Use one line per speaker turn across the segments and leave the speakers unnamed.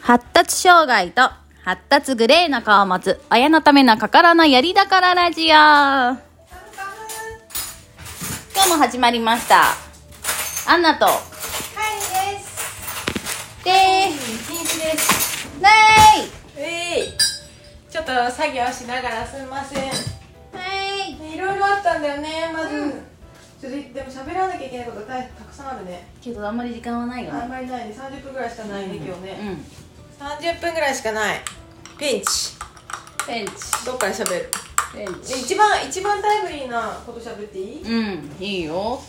発達障害と発達グレーな顔を持つ親のための心のやりだからラジオ今日も始まりましたアンナと
はいです。
でーす
禁止です。
ね
えい。ちょっと作業しながらすみません。
ーいはい
いろいろあったんだよね。まず、ちょっとでも喋らなきゃいけないことたたくさんあるね。
けどあんまり時間はないよ
あん
ね
まりないね。三十分ぐらいしかないね、今日
う
ね。
ん
三十分ぐらいしかない。ピンチ。
ペンチ
どっから喋る。
ペン
で一番一番タイムリーなこと喋っていい？
うんいいよ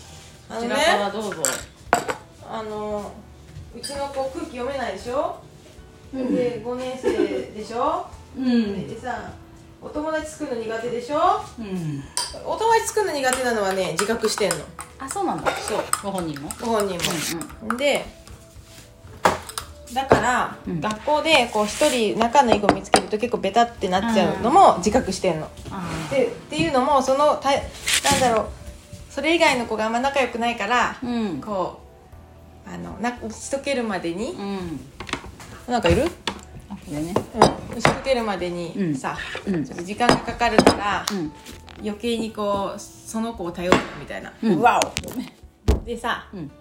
あ
こち
のね
らからどうぞ
あのうちの子空気読めないでしょ。で五年生でしょ。
うん
でさ、お友達作るの苦手でしょ。
うん
お友達作るの苦手なのはね自覚してんの
あそうなんだ
そう
ご本人も
ご本人
うんうん
も、でだから、
うん
学校でこう一人仲のいい子見つけると結構ベタってなっちゃうのも自覚してんの、
あ
でっていうのもそのたなんだろうそれ以外の子があんま仲良くないから、
ーうん
こうあのな打ち解けるまでに
う、ん
なんかいる、
あこれね
うん、打ち解けるまでに、
うん
さ、
うん
ちょっと時間がかかるから、
うん
余計にこうその子を頼るみたいな、
うん
わおでさ、
うん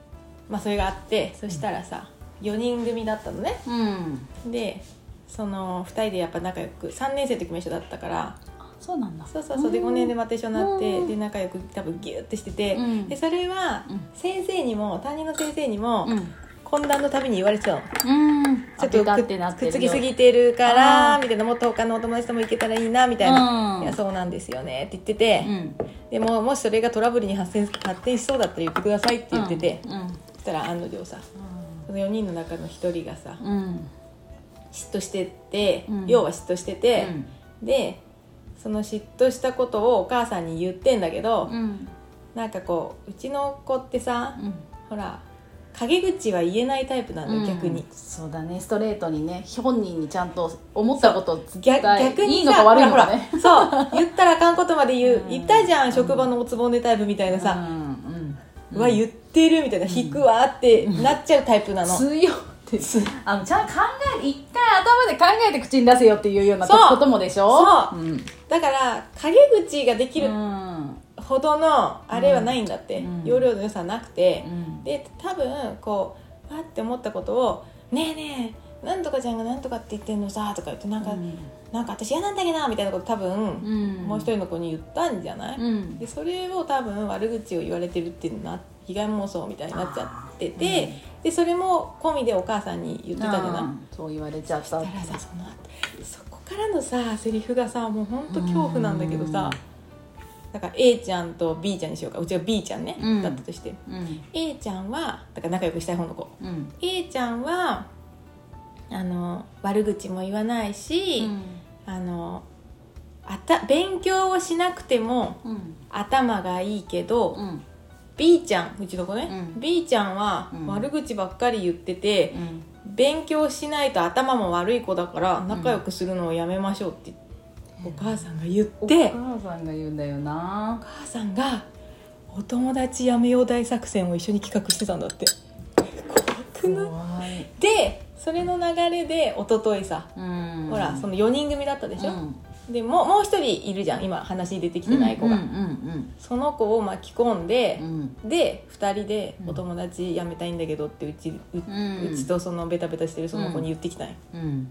まあ、それがあってそしたらさ4人組だったのね
うん
でその2人でやっぱ仲良く3年生の時も一緒だったから
あそうなんだ
そうそうそうで
ん
5年でまた一緒になっ
う
て
ん
で仲良く多分ギュッてしてて、
うん
でそれは
うん
先生にも担任の先生にも、
うん
懇談のたびに言われてたの。
うん
ちょっ
当
とく
てたってなってる
くっ
よ
つきすぎてるから
あー
みたいなもっと他のお友達とも行けたらいいなみたいな、
うん
いやそうなんですよねって言ってて、
うん
でももしそれがトラブルに発展発展しそうだったら言ってくださいって言ってて、
うん
そしたら案の定さその4人の中の1人がさ
うんうん
嫉妬してて、
うん
要は嫉妬してて、でその嫉妬したことをお母さんに言ってんだけど、
うん
なんかこううちの子ってさ、
うん
ほら陰口は言えないタイプなの、
うん
逆に。
そうだねストレートにね本人にちゃんと思ったことを伝え
逆逆に
い
さ
いのか悪いのかね
ほら ほらそう言ったらあかんことまで言う、
うん
言ったじゃん職場のおつぼねタイプみたいな
う
さ、
んうん
うわ言ってるみたいな、引くわってなっちゃうタイプなの、
強いってあのちゃんと考え一回頭で考えて口に出せよっていうような
そう
こともでしょ
そう
うんうん
だから陰口ができるほどのあれはないんだって、
うん
容量の良さなくて
う、ん
で多分こうわって思ったことを「ねえねえなんとかちゃんがなんとかって言ってんのさ」とか言って「なんか、なんか私嫌なんだけどな」みたいなこと多分、
ん
もう一人の子に言ったんじゃない、
うん
でそれを多分悪口を言われてるっていうのな被害妄想みたいになっちゃってて、でそれも込みでお母さんに言ってたじゃない、
うんそう言われちゃった
だからさその後そこからのさセリフがさもうほんと恐怖なんだけどさだから A ちゃんと B ちゃんにしようかうちは B ちゃんね、
うん
だったとして
うん
A ちゃんはだから仲良くしたい方の子
うん
A ちゃんはあの悪口も言わないし、あのあた勉強をしなくても
うん
頭がいいけど、
うん
B ちゃんうちの子ね、
うん
B ちゃんは
うん
悪口ばっかり言ってて、
うん
勉強しないと頭も悪い子だから仲良くするのをやめましょうって、お母さんが言って
お母さんが言うんだよな
お母さんが「お友達やめよう大作戦」を一緒に企画してたんだって怖くない
怖い、
でそれの流れで一昨日さ、
うん、
ほらそ
の
の4人組だったでしょ、でもうもう一人いるじゃん今話に出てきてない子が、
うんうん
その子を巻き込んで
うんう、ん
で2人で
う
「
ん
お友達辞めたいんだけど」ってうちう,、う
うん
ちとそのベタベタしてるその子に言ってきたんよ
うん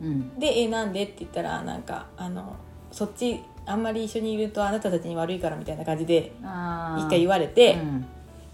うん
で「えなんで?」って言ったらなんかあのそっちあんまり一緒にいるとあなたたちに悪いからみたいな感じで
あー
一回言われて、
うん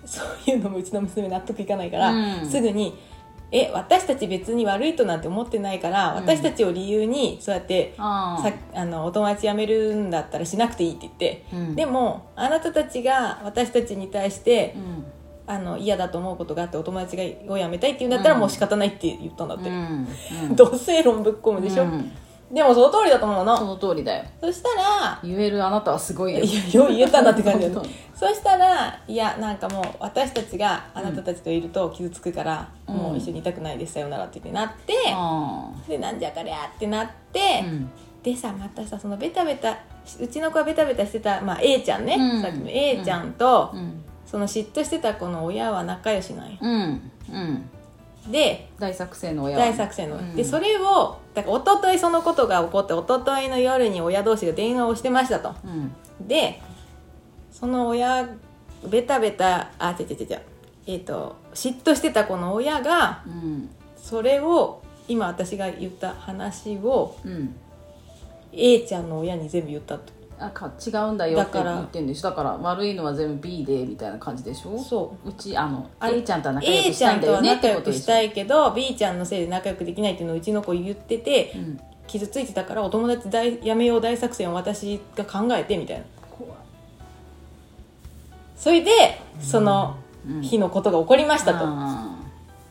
そういうのもうちの娘納得いかないから、
うん
すぐに「え私たち別に悪いとなんて思ってないから
うん
私たちを理由にそうやって、
あ
さあのお友達辞めるんだったらしなくていい」って言って。で
も、
もあなたたちが私たちに対して
うん
あの嫌だと思うことがあってお友達がをやめたいって言うんだったら
うん
もう仕方ないって言ったんだって、
うんうん、
同性論ぶっ込むでしょ、
うん
でもその通りだと思う
そ
の
の通りだよ
そしたら
言えるあなたはすごい
い
よ
や よう言えたなって感じだ
本
ねそしたらいやなんかもう私たちがあなたたちといると傷つくから、
うん
もう一緒にいたくないですさよならって言ってなって、
あ
でなんじゃかりゃってなって、
ーうん
でさまたさそのベタベタうちの子はベタベタしてた、まあ、A ちゃんね、
うん
さっきの A ちゃんと、
うん
その嫉妬してた子の親は仲良しなんよ
うんうん
で
大作戦の親は
大作戦の、
うん
でそれをだから一昨日そのことが起こって一昨日の夜に親同士が電話をしてましたと
うん
でその親ベタベタあ違う違う違う違うえっ、と嫉妬してたこの親が
うん
それを今私が言った話を
うん
A ちゃんの親に全部言ったと
あか違うんだよって
だから
言ってんでしょだから悪いのは全部 B でみたいな感じでしょ
そう
うちあの
あれ
A ちゃんとは仲良く
A
し
ち
た
ゃ
いん
ん
だ
と
よ
は
ねっ
仲
て
良
こと
く
で
し
しょ
たいけど B ちゃんのせいで仲良くできないっていうのをうちの子言ってて
うん
傷ついてたからお友達大やめよう大作戦を私が考えてみたいな
怖い
それでその
うん
日のことが起こりましたと、
あー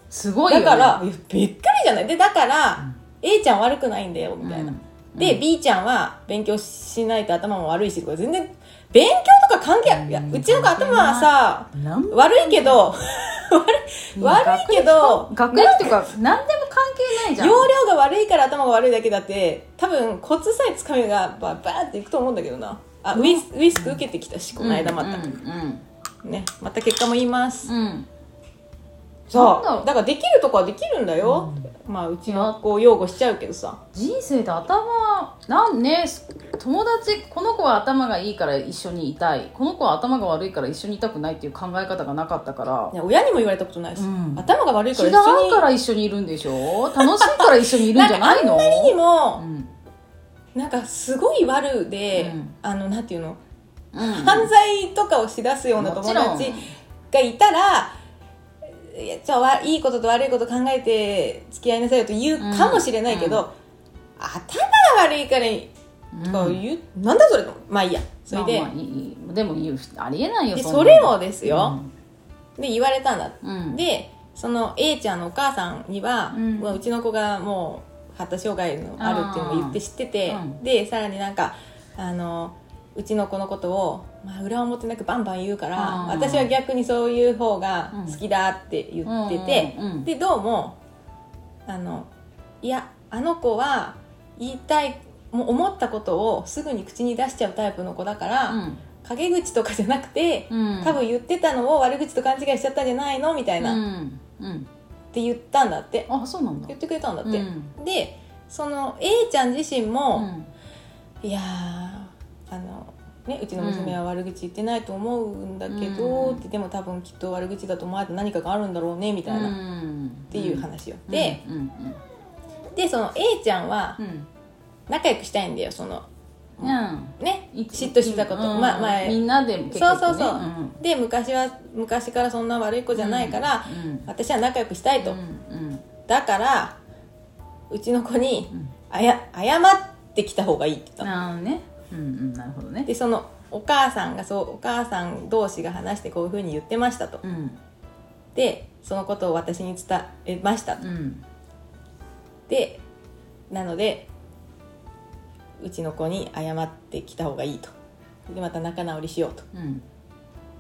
すごいよ
だ
ね
からいやびっくりじゃないでだから、A ちゃん悪くないんだよみたいな、
うん
で B ちゃんは勉強しないと頭も悪いしとか全然勉強とか関係ないいやうちの子頭はさ
なん
悪いけど 悪い悪いけど
学歴っていうか何でも関係ないじゃん
容量が悪いから頭が悪いだけだって多分コツさえつかめばバーバーっていくと思うんだけどなあ、ウィスウィスク受けてきたしこの間また、
うんうん
ねまた結果も言います、
うん、うん
そ
なんだろ
う
う
だからできるとこはできるんだよ、まあうちの子を擁護しちゃうけどさ
人生で頭なんね友達この子は頭がいいから一緒にいたいこの子は頭が悪いから一緒にいたくないっていう考え方がなかったから
ね親にも言われたことないし、
うん
頭が悪いか
気
ら
が合
一
うか
緒
ら一緒にいるんでしょ楽しいから一緒にいるんじゃない の
ににも
うん
なんかすごい悪で、
うん
あのなんていうの、
うん
犯罪とかをしだすような
も
友
ちろん
達がいたらいやじゃあわいいことと悪いこと考えて付き合いなさいよと言うかもしれないけど、
うん
頭が悪いからとか
うん
言う、なんだそれとまあいいやそれで,、
まあまあいいいいでも言うありえないよ
で
んな
そ
の
れをですよ、で言われたんだって
うんうん
でその A ちゃんのお母さんには、
うん
まあうちの子がもう発達障害のあるっていうのを言って知ってて、
あーうん
でさらになんかあのうちの子のことを、まあ、裏表なくバンバン言うから
あー
私は逆にそういう方が好きだって言ってて、
うんうんうん
でどうもあのいやあの子は言いたいもう思ったことをすぐに口に出しちゃうタイプの子だから、
うん
陰口とかじゃなくて、
うん
多分言ってたのを悪口と勘違いしちゃったんじゃないのみたいな。
うんうん
って言ったんだって
あそうなんだ
言ってくれたんだって、
うん
でその A ちゃん自身
う
も、
ん
いやーあのね、うちの娘は悪口言ってないと思うんだけど、
うん
ってでも多分きっと悪口だと思われて何かがあるんだろうねみたいな、っ
ん
ていう話よ、で
うん
でその A ちゃんは
うんうん
仲良くしたいんだよその
うんうん
ね
い
嫉妬してたこと、
うん
ま前
みんなで結
そう
局ね
そうそう、
ん
で昔は昔からそんな悪い子じゃないから、
うん
私は仲良くしたいと、
うん
だからうちの子に
うん
あや謝ってきた方がいいって言った
うん
の
なるほどねうんうんなるほどね
でそのお母さんがそうお母さん同士が話してこういうふうに言ってましたと
うん
でそのことを私に伝えましたと
うん
でなのでうちの子に謝ってきた方がいいとでまた仲直りしようと
うん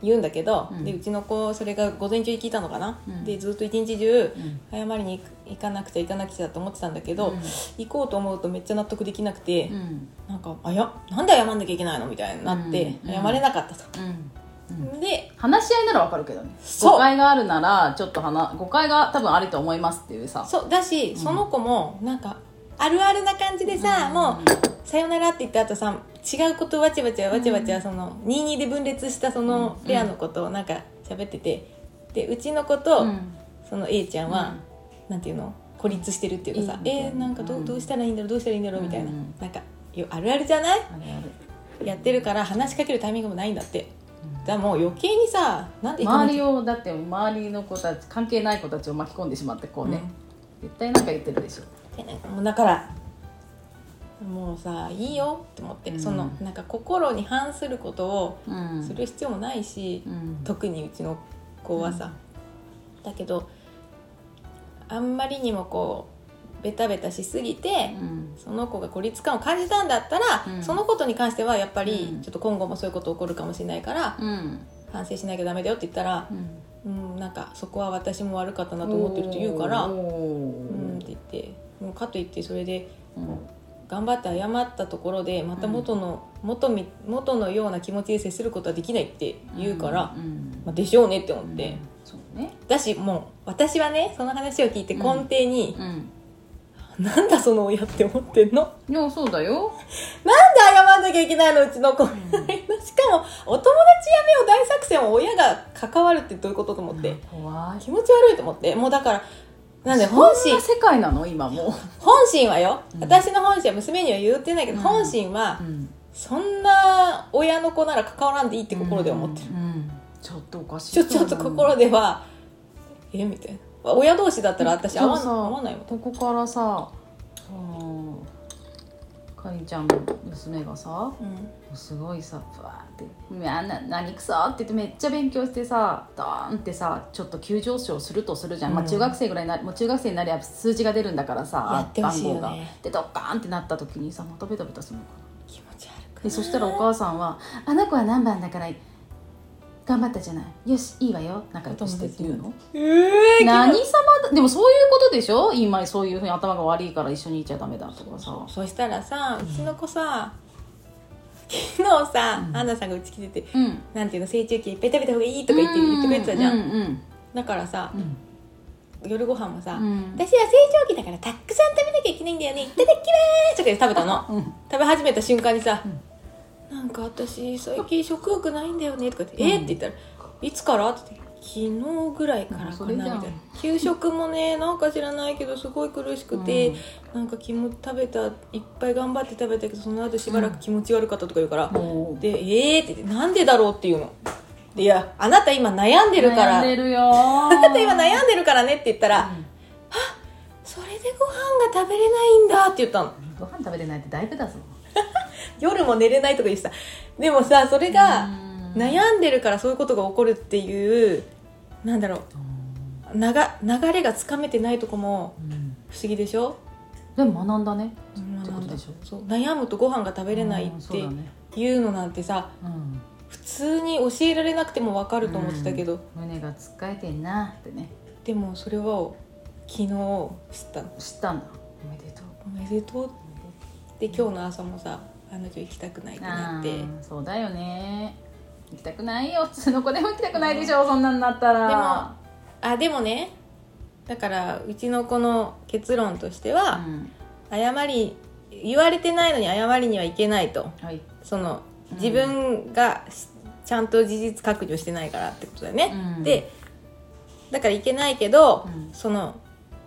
言うんだけど、
うん
でうちの子それが午前中に聞いたのかな、
うん
でずっと一日中
うん
謝りに行く行かなくちゃ行かなくちゃと思ってたんだけど、
うん
行こうと思うとめっちゃ納得できなくて、
うん
なんかあやなんで謝んなきゃいけないのみたいになって、
うん
謝れなかったと、
うん
で
話し合いならわかるけどね
そう
誤解があるならちょっと話誤解が多分あると思いますっていうさ
そうだし、その子もなんかあるあるな感じでさ、
うん
もう「さよなら」って言った後さ違うことわちゃわちゃわちゃわちゃ、その22で分裂したその
うん
レアのことをなんか喋っててでうちの子と、
うん
その A ちゃんは、なんていうの孤立してるっていうか
いい
さ「
みたいな
えーなんかど
う
うんどうしたらいいんだろうどうしたらいいんだろう」みたいな、
うん
なんかよあるあるじゃない
あるある
やってるから話しかけるタイミングもないんだって。だからもう余計にさなんで行かなきゃ
周りをだって周りの子たち関係ない子たちを巻き込んでしまってこうね、絶対なんか言ってるでしょ
もうだからもうさいいよって思って、
うん
そのなんか心に反することを
うん
する必要もないし、
うん
特にうちの子はさ、だけどあんまりにもこうベタベタしすぎて、
うん
その子が孤立感を感じたんだったら、
うん
そのことに関してはやっぱ
う
り
ん
ちょっと今後もそういうこと起こるかもしれないから、
うん
反省しなきゃダメだよって言ったら
う、ん
うん、なんかそこは私も悪かったなと思ってるって言うから。
お
う
ー
んって言ってもうかといってそれで
うん
頑張って謝ったところでまた元の、元み元のような気持ちで接することはできないって言うから、
うん
まあ、でしょうねって思って、
うんそうね
だしもう私はねその話を聞いて根底に、
うん
なんだその親って思ってんのなんで
いやそうだよ
謝んなきゃいけないのうちの子、しかもお友達やめよう大作戦を親が関わるってどういうことと思って、
怖い
気持ち悪いと思ってもうだからなんで本
そん
心
な世界なの今も
本心はよ、
うん
私の本心は娘には言ってないけど、
うん
本心は
う、ん
そんな親の子なら関わらんでいいって心では思ってる、
うんうんちょっとおかしい
ちょちょっと心ではえみたいな親同士だったら私合わ
そうそう
合わないもん
ここからさそのかりんちゃんの娘がさ
う
すごいさふわーって「うわな何くそ!」って言ってめっちゃ勉強してさドーンってさちょっと急上昇するとするじゃん、まあ、
うん
中学生ぐらいになもう中学生になりゃ数字が出るんだからさ
やってほしいよね
番号がでドッカーンってなった時にさまたベタベタするのかなん
気持ち悪く
でそしたらお母さんは「あの子は何番だから頑張ったじゃないよしいいわよ仲良くして」って言うの
ええー、
何様だでもそういうことでしょ今そういうふうに頭が悪いから一緒にいちゃダメだとかさ
そしたらさうちの子さ昨日さ、
うん
アンナさんがうち来てて
うん
「なんていうの成長期いっぱい食べた方がいい」とか言って言ってくれてたじゃん、
うんうん
だからさ
うん
夜ご飯もさ、
うん
私は成長期だからたっくさん食べなきゃいけないんだよねいただきまーすとか言って食べたの
うん
食べ始めた瞬間にさ「なんか私最近食欲ないんだよね」とか言って「
うん
えっ?」って言ったら「いつから?」って言って。昨日ぐらいからか
そ
な
れ
み
じゃ
た
ん
いな給食もねなんか知らないけどすごい苦しくて、なんか気も食べたいっぱい頑張って食べたけどその後しばらく気持ち悪かったとか言うから、
もう
で「えー?」って言って「なんでだろう?」って言うの「でいやあなた今悩んでるか
悩
ら
んでるよー
あなた今悩んでるからね」って言った
う
ら「
ん
それでご飯が食べれないんだ」って言ったの
ご飯食べれないってだいぶだぞ
夜も寝れないとか言ってたでもさそれが
うん
悩んでるからそういうことが起こるっていうなんだろう流流れがつかめてないとこも
うん
不思議でしょ
でも学んだね
うん
ってことでしょ
そう悩むとご飯が食べれない
うん
っ
そうだね
ていうのなんてさ
うん
普通に教えられなくても分かると思ってたけど、
うん胸がつっかえてんなってね
でもそれは昨日知ったの
知ったんだおめでとう
おめでとうで今日の朝もさあの女行きたくないってなって
あーそうだよね行きたくないよ普通の子でも行きたくないでしょそんなんなったら
でもあでもねだからうちの子の結論としては、
うん
謝り言われてないのに謝りにはいけないと
はい
その
うん
自分がしちゃんと事実確認してないからってことだよね、
うん
でだからいけないけど、
うん
その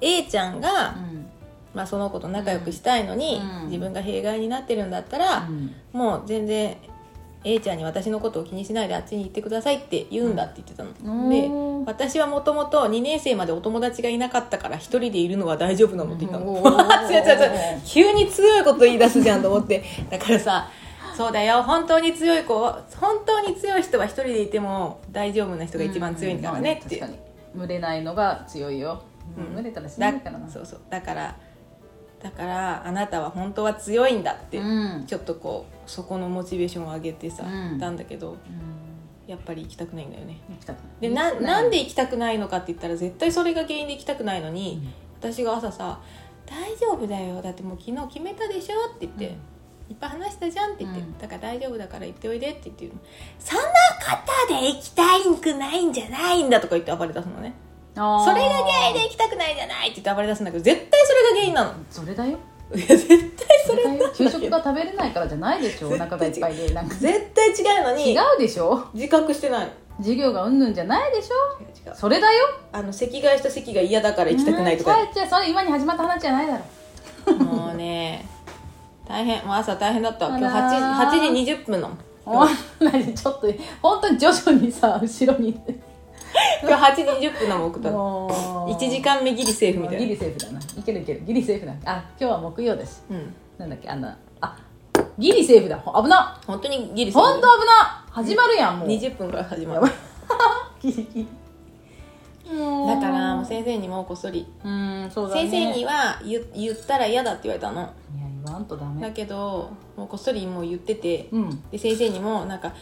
A ちゃんが、
うん
まあ、その子と仲良くしたいのに、
うん
自分が弊害になってるんだったら、もう全然 A ちゃんに私のことを気にしないであっちに行ってくださいって言うんだって言ってたの、
うん
で
おー
私はもともと2年生までお友達がいなかったから一人でいるのは大丈夫なのって言ったの、
うん
違う違う違う急に強いこと言い出すじゃんと思ってだからさそうだよ本当に強い子は本当に強い人は一人でいても大丈夫な人が一番強いんだからねっていう、
うんまあ確かに群れないのが強いよ、う
うん
ん、群れたら死ん
だ
ないからな
そううそうだからだからあなたは本当は強いんだって、
ん
ちょっとこうそこのモチベーションを上げてさ、
うん
たんだけど
うん
やっぱり行きたくないんだよね
行きたくない
でななんで行きたくないのかって言ったら絶対それが原因で行きたくないのに、私が朝さ「大丈夫だよだってもう昨日決めたでしょ」って言って、
うん
いっぱい話したじゃん」って言って、
うん
だから大丈夫だから行っておいで」って言って言うの「そんな方で行きたいんくないんじゃないんだ」とか言って暴れ出すのね「そ
そ
れが原因で行きたくないじゃない」って言って暴れ出すんだけど絶対それが原因なの
それだよ
いや絶対
それだよ給食が食べれないからじゃないでしょお腹がいっぱいでなんか
絶対違うの
違
に
うでしょ
自覚してないの
授業がうんぬんじゃないでしょ
違う違う
それだよ
あの席替えした席が嫌だから行きたくないと
う
か
ん違う違うそれ今に始まった話じゃないだろ
もうね大変もう朝大変だった今日
あらー
8, 時8時20分なの
お前ちょっと本当に徐々にさ後ろに
今日8時20分なの送ったの
もう
1時間目ギリセーフみた
ギ
い
リセーフだないけるいけるギリセーフだあ今日は木曜だし
なうん
なんだっけあのあギリセーフだほ危な
本当にギリセーフ
本当危な始まるやんもう
20分から始まる
ギリギリ
だからもう先生にもこっそり、
うんそうだね
先生には言言ったら嫌だって言われたの
いや言わんとダ
だ
メ
けどもうこっそりもう言ってて
うん
で先生にもなんか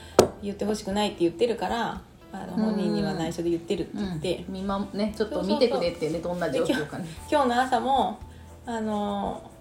言ってほしくないって言ってるからあの本人には内緒で言ってるって言って、
見まねちょっと見てくれってねどんな状況かね
今日の朝もあのー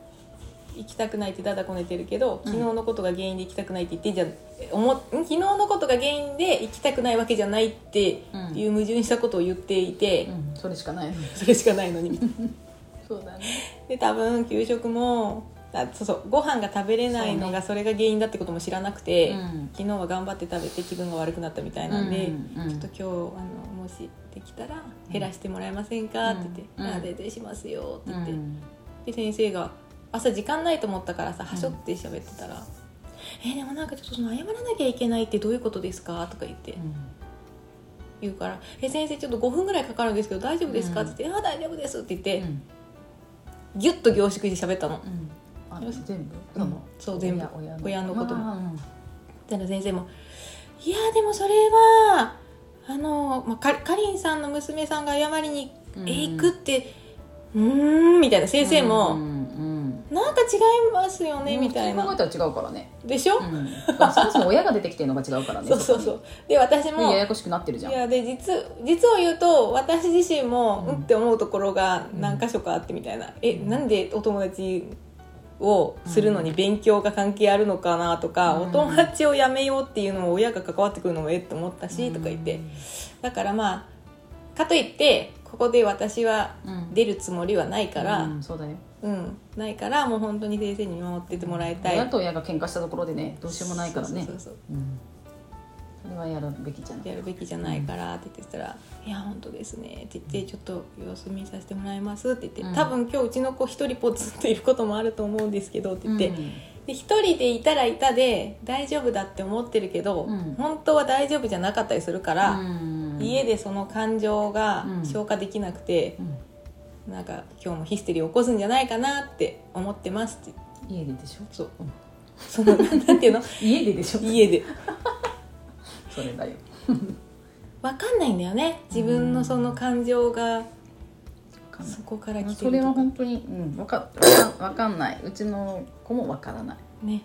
行きたくないってだだこねてるけど昨日のことが原因で行きたくないって言ってんじゃん、思っ昨日のことが原因で行きたくないわけじゃないっていう矛盾したことを言っていて、
うん、それしかない
それしかないのに
そうだね
で多分給食もあそうそうご飯が食べれないのがそれが原因だってことも知らなくて、
うん
昨日は頑張って食べて気分が悪くなったみたいなんで、
うんうんうん
ちょっと今日あのもしできたら減らしてもらえませんかって言って「
うん
あ全然しますよ」って
う
言って、
ん
で先生が朝時間ないと思ったからさはしょって喋ってたら「えーでもなんかちょっとその謝らなきゃいけないってどういうことですか?」とか言って、言うから「え先生ちょっと5分ぐらいかかるんですけど大丈夫ですか?」
う
っ
ん
て言って「あ大丈夫です」って言って、
うん
ギュッと凝縮して喋ったの。
うんあ全部
うんそう全部
親
親のことも
まあうん
たら先生も「いやでもそれはあの、まあ、かかりんさんの娘さんが謝りに
うん
え行くってうーん」みたいな先生
うん
も
うん
「なんか違いますよね」みたい
普
な
通に考えたら違うからね、
でしょ、
うん、だからそもそも親が出てきてるのが違うからね
そうそうそううで私も
ややこしくなってるじゃ
い
ん
やで実実を言うと私自身も
う
うんんって思うところが何箇所かあってみたいな、えなんでお友達をするのに勉強が関係あるのかなとか、
うん
お友達をやめようっていうのも親が関わってくるのもえっと思ったし、とか言ってだからまあかといってここで私は
うん
出るつもりはないから、う
うんんそうだよ
ないからもう本当に先生に見守っててもらいたい
親と親が喧嘩したところでねどうしようもないからね
そうそうそう
うんそれはやるべきじゃない
やるべきじゃないからって言ってたら「いや本当ですね」って言って「ちょっと様子見させてもらいます」って言って、
うん
多分今日うちの子一人ポツンといることもあると思うんですけど」って言って、
うん
で一人でいたらいたで大丈夫だって思ってるけど、
うん
本当は大丈夫じゃなかったりするから、
うん
家でその感情が
うん
消化できなくて
う、ん
なんか今日もヒステリー起こすんじゃないかなって思ってますって
家ででしょ
そう、そのなんていうの
家ででしょ
家で
それだよ
わかんないんだよね自分のその感情がそこから来て
そ
る
れ
と
は
か
本当にうんわかわかわかんないうちの子もわからない
ね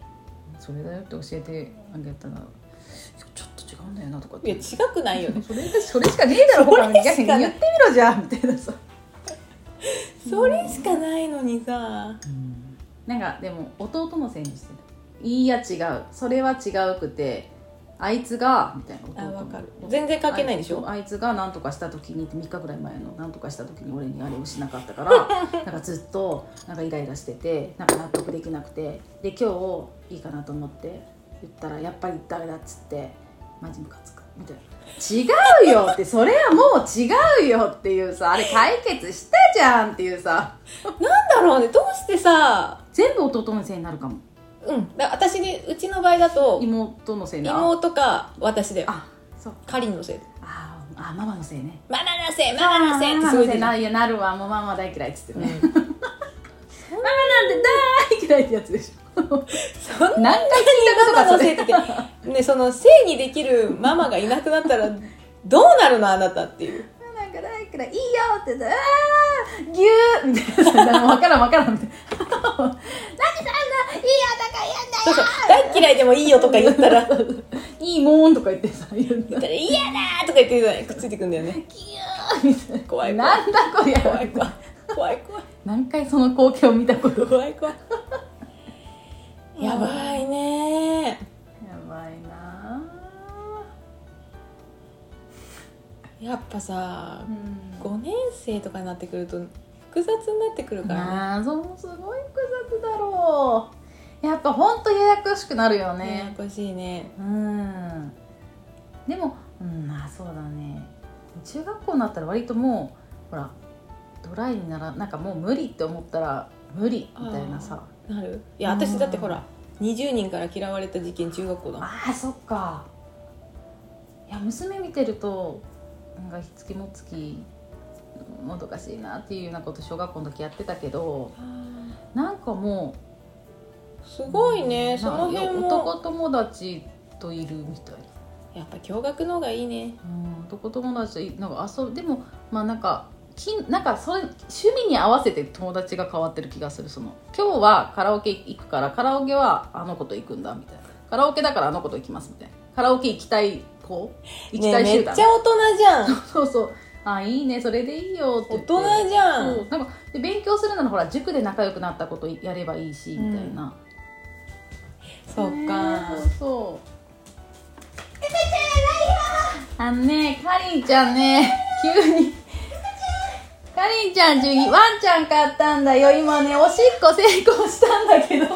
それだよって教えてあげたらいやちょっと違うんだよなとかっ
いや違
て
くないよね
それそれしかねえだろ他に
それし
逆に
かない
言ってみろじゃあみたいなさ
それしかないのにさ
なんかでも弟のせいにしてるいいや違うそれは違うくてあいつがみたい
あ
な弟の
わかる全然関係ないでしょ
あいつが何とかした時に3日ぐらい前の何とかした時に俺にあれをしなかったから なんかずっとなんかイライラしててなんか納得できなくてで今日いいかなと思って言ったらやっぱり誰だっつってマジムカつくみたいな「違うよ」ってそれはもう違うよっていうさあれ解決したじゃんっていうさ
なんだろうねどうしてさ
全部弟のせいになるかも
うんだ私でうちの場合だと
妹のせいな
妹か私だよ
あそう
かりんのせい
あーあママのせいね
マナナせいマナナせいってすごい
ママのせ
出て
い
る
ないやなるわもうママ大嫌いっつってね、
うん
ママなんて大嫌いってやつでしょ
そんな
何回聞い
マ
た
マ
ことかそ
のせい
れ
っててねそのせいにできるママがいなくなったらどうなるのあなたっていう
なんか大嫌いいいよって言ったらあーぎゅーみたいなさもう分からん分からんみたいな何さんだいいよだから
そうそう大嫌いでもいいよとか言った ら
嫌んだよいいもんとか言ってさ言うんだ
「嫌だ!」とか言ってたらくっついてくんだよね
ぎゅーみたいな
怖い怖い
なんだこりゃ
怖い怖い怖い怖い
何回その光景を見たこと
怖い怖いやばいね
やばいな
やっぱさ
ーうん
5年生とかになってくると複雑になってくるからね
謎もすごい複雑だろうやっぱほんとややこしくなるよ
やや
ね
こしいね
うんでもうんまあそうだね中学校になったら割ともうほらドライにならなんかもう無理って思ったら無理みたいなさ
なるいや
うん
私だってほら20人から嫌われた事件中学校だもん
ああそっかいや娘見てるとなんかひつきもつきもどかしいなっていうようなこと小学校の時やってたけどなんかもう
すごいねそ
なん
の
か
辺
男
も
友達といるみたいな、
やっぱ驚愕の方がいいね
うん、男友達といなんか遊ぶでもまあなんかきなんかそれ趣味に合わせて友達が変わってる気がするその今日はカラオケ行くからカラオケはあの子と行くんだみたいなカラオケだからあの子と行きますみたいなカラオケ行きたい子行き
ね
た
え
い
めっ
集
ちゃ
団、
大人じゃん
そうそうあいいねそれでいいよって言って
大人じゃ
そ
ん
うなんかでで勉強するならほら塾で仲良くなったことやればいいしみたいな、
そうか
ねそうあのねかりんちゃんね急にかりんちゃん次ワンちゃん買ったんだよ今ねおしっこ成功したんだけど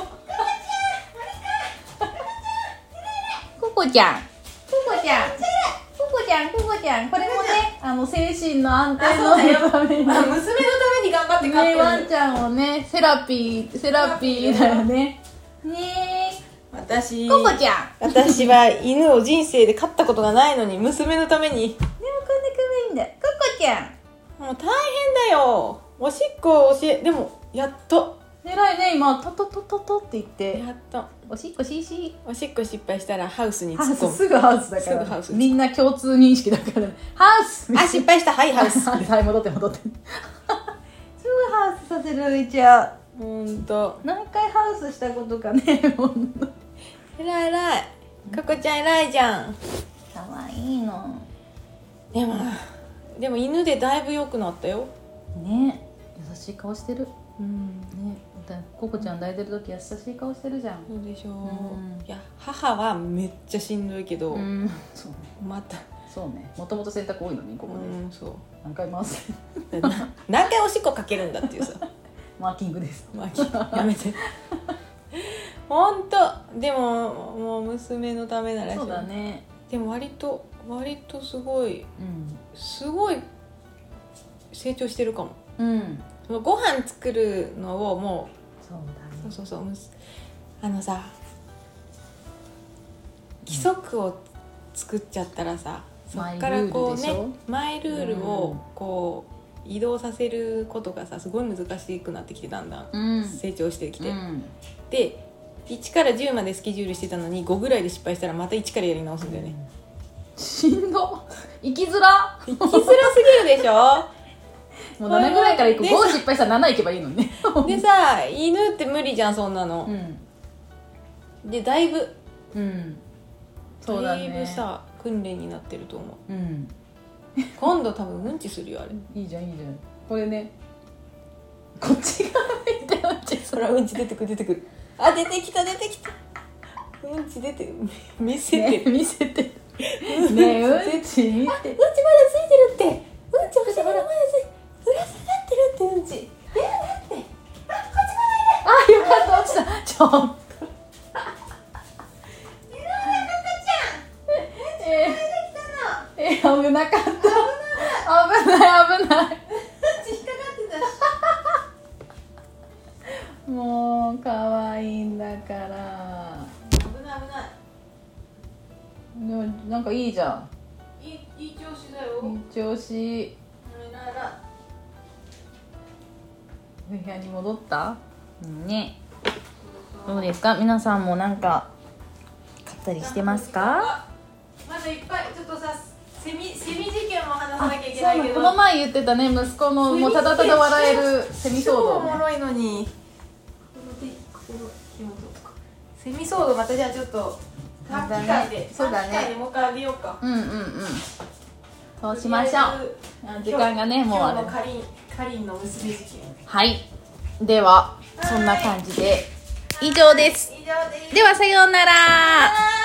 ココちゃんココちゃんココちゃんココちゃんこれもねあの精神の安定のために
まあ娘のために頑張って買って
ね
る
ワンちゃんをねセラピーセラピーだよねね
私
えココちゃん
私は犬を人生で飼ったことがないのに娘のために
でもこんな可愛いんだココちゃん
もう大変だよおしっこを教えでもやっと
偉いね今トトトトトって言って
やっと
おしっこしーし
おしっこ失敗したらハウスに
ー
突っ込む
すぐハウスだ
すぐハウス
みんな共通認識だからハウス
あ失敗したはいハウ ス
はい戻って戻ってすぐハウスさせられちゃう
ほんと
何回ハウスしたことかね ほんと
えらいえらいかこちゃんえらいじゃん
かわいいの
でもでも犬でだいぶ良くなったよ
ね優しい顔してる
うん
ねだココちゃん抱いてる時優しい顔してるじゃん
そうでしょう、
うん
いや母はめっちゃしんどいけど、
んそうね
また
そうねもともと洗濯多いのにここで
うんそう
何回回す
で な何回おしっこかけるんだっていうさ
マーキングです
マキやめてほんとでももう娘のためならし
そうだね
でも割と割とすごい
うん
すごい成長してるかも
うん
そのご飯作るのをも
そう
う
だ
そう
ね
そうそうむすあのさ規則を作っちゃったらさ、そっからこうねマイルール
う
を
ん
こう移動させることがさすごい難しくなってきてだんだん
うん
成長してきて、
うん
で1から10までスケジュールしてたのに5ぐらいで失敗したらまた1からやり直すんだよね
しんど生きづら
生きづらすぎるでしょ
もう7ぐらいから行く
ね
5失敗したら7行けばいいのにね
でさ犬って無理じゃんそんなの
う、ん
でだいぶ
うんそうだ
だいぶ
ね
さ訓練になってると思う
うん
今度多分うんちするよあれ
いいじゃんいいじゃんこれねこっち側見てこっち
そらうんち出てくる出てくるあ出てきた出てきたうんち出て見せて
ね
る、
見せてねえうんち見て
うんちまだついてるってうんちお尻まだついぶら下がってるってうんち
あよかった落ちたちょっとえーえー危なかった危ない危ないもう可愛いんだから
危ない危ない
でもなんかいいじゃ
いいいい調子だよ、
んいい調子
なら
お部屋に戻ったねどうですか皆さんもなんか買ったりしてますか
まだいっぱいちょっとさセミセミ事件も話さなきゃいけ
そ
な
う
い
な
け
の
ど
この前言ってたね息子のもうただただ笑えるセミ
超お
騒
も
動
ろいのにこの手この紐とかセミ騒動またじゃあちょっと短期間で、
そうだね
短期間でもう一回あげようか
うんうんうんそうしましょうあ時間がねもう
今
あ
日の
る
カリンカリンの娘事件
はいではそんな感じで以上です
以上です
ではさようなら
はーい